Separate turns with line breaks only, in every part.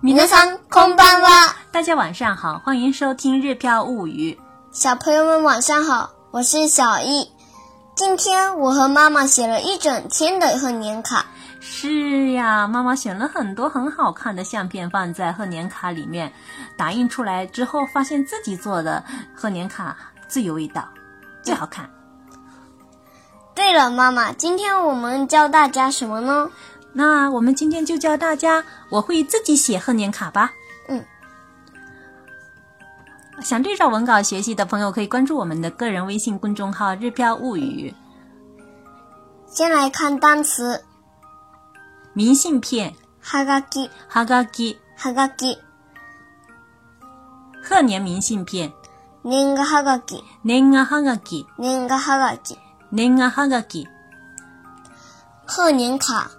皆さんこんばんは，
大家晚上好，欢迎收听《日票物语
小朋友们晚上好，我是小易。今天我和妈妈写了一整天的贺年卡，》。
是呀，妈妈选了很多很好看的相片放在贺年卡里面，打印出来之后，发现自己做的贺年卡最有味道，最好看。
对了，妈妈，今天我们教大家什么呢？
那我们今天就教大家，我会自己写贺年卡吧。
嗯，
想对照文稿学习的朋友，可以关注我们的个人微信公众号“日飘物语
先来看单词”。
明信片、
はがき、
哈嘎基、
はがき、
贺年明信片、
年賀はがき、
年賀はがき、
年賀はがき、
年賀はがき、
贺年卡、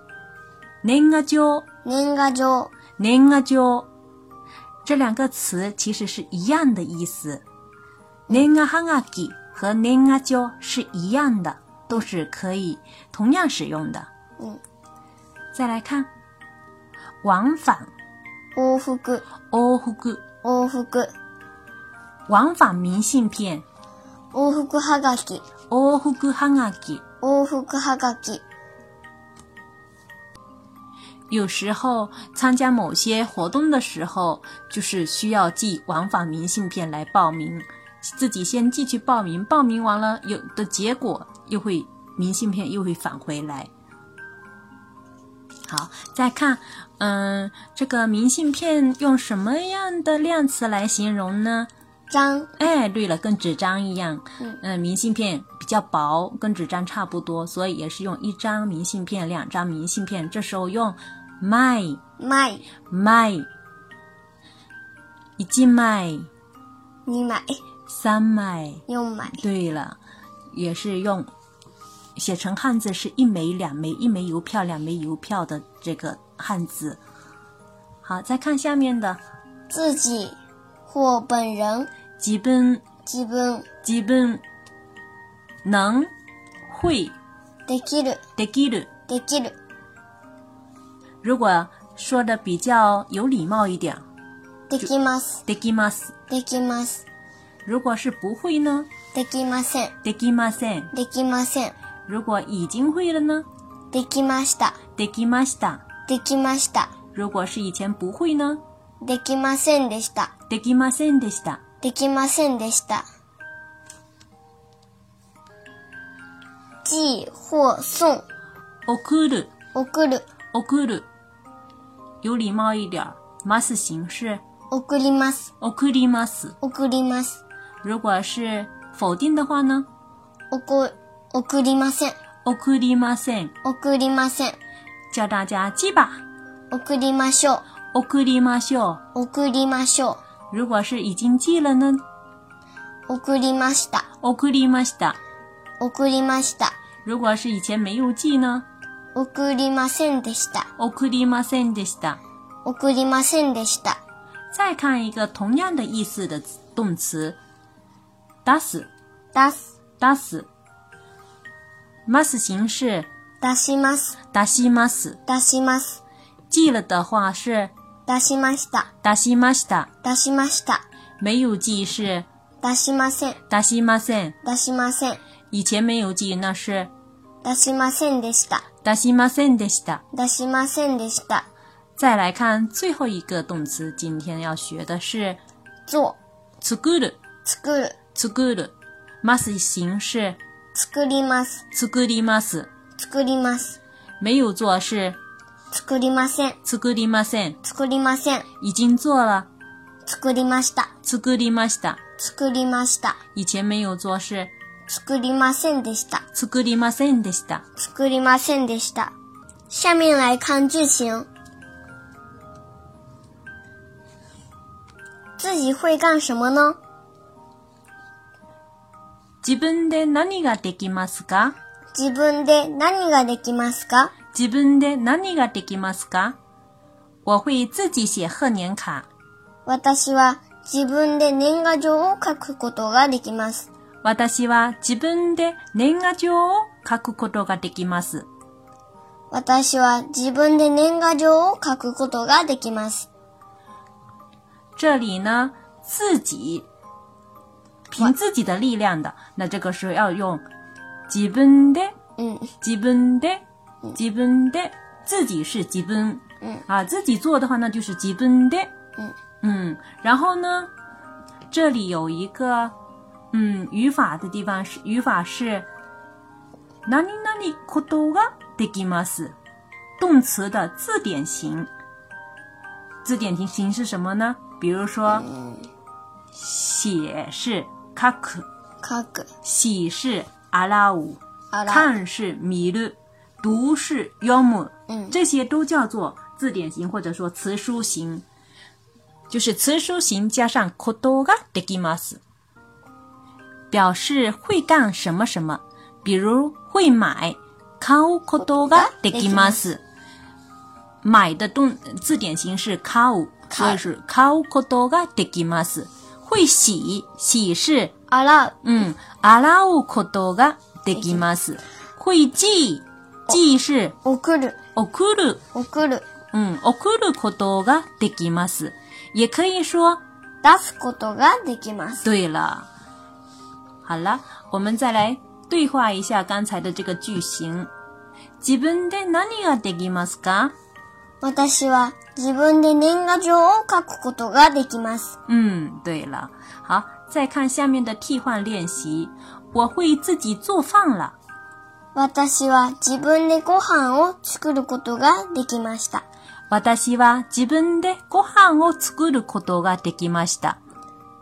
年賀状、
年賀状、
年賀状。这两个词其实是一样的意思。年賀はがき和年賀状是一样的，都是可以同样使用的。
嗯，
再来看，往返、
往復、
往復、
往復、
往返明信片、
往復はがき、
往復はがき。
往復はがき、
有时候参加某些活动的时候，就是需要寄往返明信片来报名，自己先寄去报名，报名完了有的结果又会明信片又会返回来。好，再看，嗯，这个明信片用什么样的量词来形容呢？
じゃん、
哎，对了，跟纸张一样，
嗯
嗯、明信片比较薄，跟纸张差不多，所以也是用一张明信片、两张明信片。这时候用卖
枚、
卖，一斤卖
2枚、
三卖。
4枚、
对了，也是用写成汉字是一枚、两枚、一枚邮票、两枚邮票的这个汉字。好，再看下面的，
自己或本人、
几本
自分、
几本能会
できる、
できる。
できる、
如果说的比较有礼貌一点，
できます、
できます。
できます、
如果是不会呢，
できません、
できません。
できません、
如果已经会了呢，
できました、
できました。
できました、
如果是以前不会呢，
できませんでした、
できませんでした。
できませんでした。寄或送、
送る、
送る、
送る。有礼貌一点，mas 形式
送ります、
送ります。
送ります、
如果是否定的话呢，
おこ、送りません、
送りません。
送りません、
教大家记吧，
送りましょ
送りましょ
う、送りましょ
う。如果是已经记了呢，
う、送りました、
送りました。
送りました、
如果是以前没有记呢？
送りませんでした、
送りませんでした。
送りませんでした、
再看一个同样的意思的动词，出す、
出す、
出す。ます形式
出します、
出します。
出します、
记了的话是
出しました、
出しました，
出しました、
没有记是
出しません、
出しません。
出しません、
以前没有记那是
出しませんでした、
出しませんでした。
出しませんでした、
再来看最后一个动词，今天要学的是
ぞ、
作る、
作る、
作る。ます形式
作ります、
作ります。
作ります、
没有做是
作りません、
作りません。
作りません、
已经做了
作りました、
作りました。
作りました、
以前没有做是
作りませんでした。
作りませんでした。
作りませんでした。下面来看剧情。自己会干什么呢？
自分で何ができますか
自分で何ができますか
自分で何ができますか我会自己写贺年卡。
私は自分で年賀状を書くことができます。
私は自分で年賀状を書くことができます。
私は自分で年賀状を書くことができます。
这里呢，自己凭自己的力量的，那这个时候要用自分で、
嗯
自分で、自分で，自己是自分，
嗯
啊，自己做的话那就是自分で，
嗯
嗯，然后呢，这里有一个嗯语法的地方是语法是何々ことができます，动词的字典型。字典型形是什么呢？比如说，
嗯
写是書く，
書く
洗是洗う，
洗う
看是見る，读是読む，
嗯
这些都叫做字典型或者说词书型，就是词书型加上ことができます，表示会干什么什么，比如会买，買うことができ啊ます。买的动字典型是買う，所以是買うことができ啊ます。会洗，洗是
洗う
嗯，洗うことができます。会寄，寄是
送る
送る，
送る
嗯，送ることができます。也可以说，
出すことができます
对了。好了，我们再来对话一下刚才的这个句型。自分で何ができますか？
私は自分で年賀状を書くことができます
嗯，对了。好，再看下面的替换练习。我会自己做饭了。
私は自分でご飯を作ることができました
私は自分でご飯を作ることができました。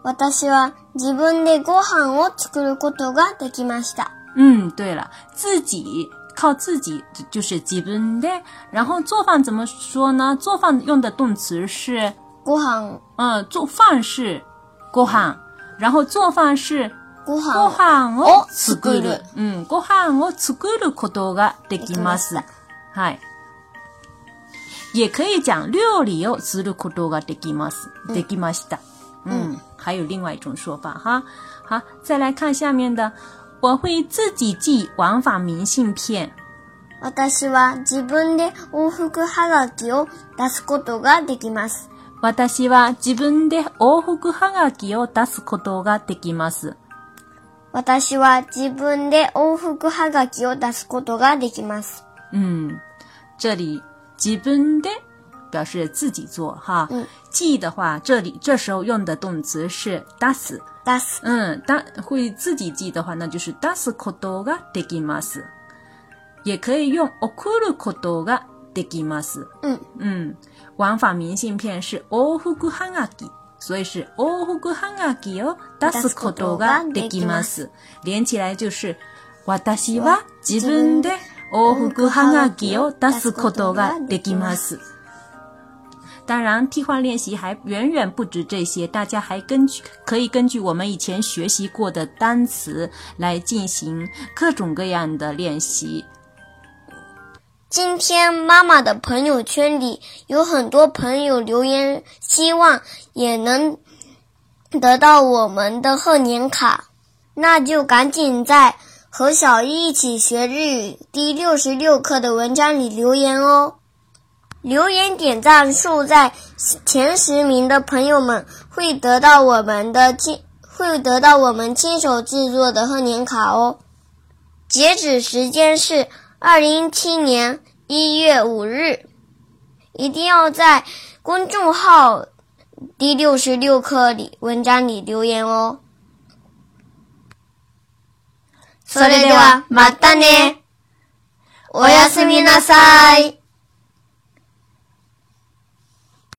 私は自分でご飯を作ることができました
嗯，对了，自己靠自己就就是自分で。然后做饭怎么说呢？做饭用的动词是，
ご飯
呃，做饭是ご飯，然后做饭是哦
ご飯
ご
を
飯を
を
作
作
る
る。
うん、ご飯を作ることができます
できま。
はい。也可以讲料理をすることができます。できました。嗯，还有另外一种说法哈。好，再来看下面的，我会自己寄往返明信片。
私は自分で往復はがきを出すことができます
私は自分で往復はがきを出すことができます。
私は自分で往復はがきを出すことができます。
嗯，这里自分で表示自己做哈。
嗯，
寄的话，这里这时候用的动词是出す。
出す。
嗯，当会自己寄的话，那就是出すことができます。也可以用送ることができます。
うん。
嗯，往返明信片是往復はがき，所以是往復はがきを出すことができます。连起来就是私は自分で往復はがきを出すことができます。当然，替换练习还远远不止这些，大家还根据可以根据我们以前学习过的单词来进行各种各样的练习。
今天妈妈的朋友圈里有很多朋友留言，希望也能得到我们的贺年卡。那就赶紧在和小一一起学日语第六十六课的文章里留言哦。留言点赞数在前十名的朋友们会得到我们的亲会得到我们亲手制作的贺年卡哦。截止时间是二零一七年一月五日，一定要在公众号第六十六课里文章里留言哦。それではまたね。おやすみなさい。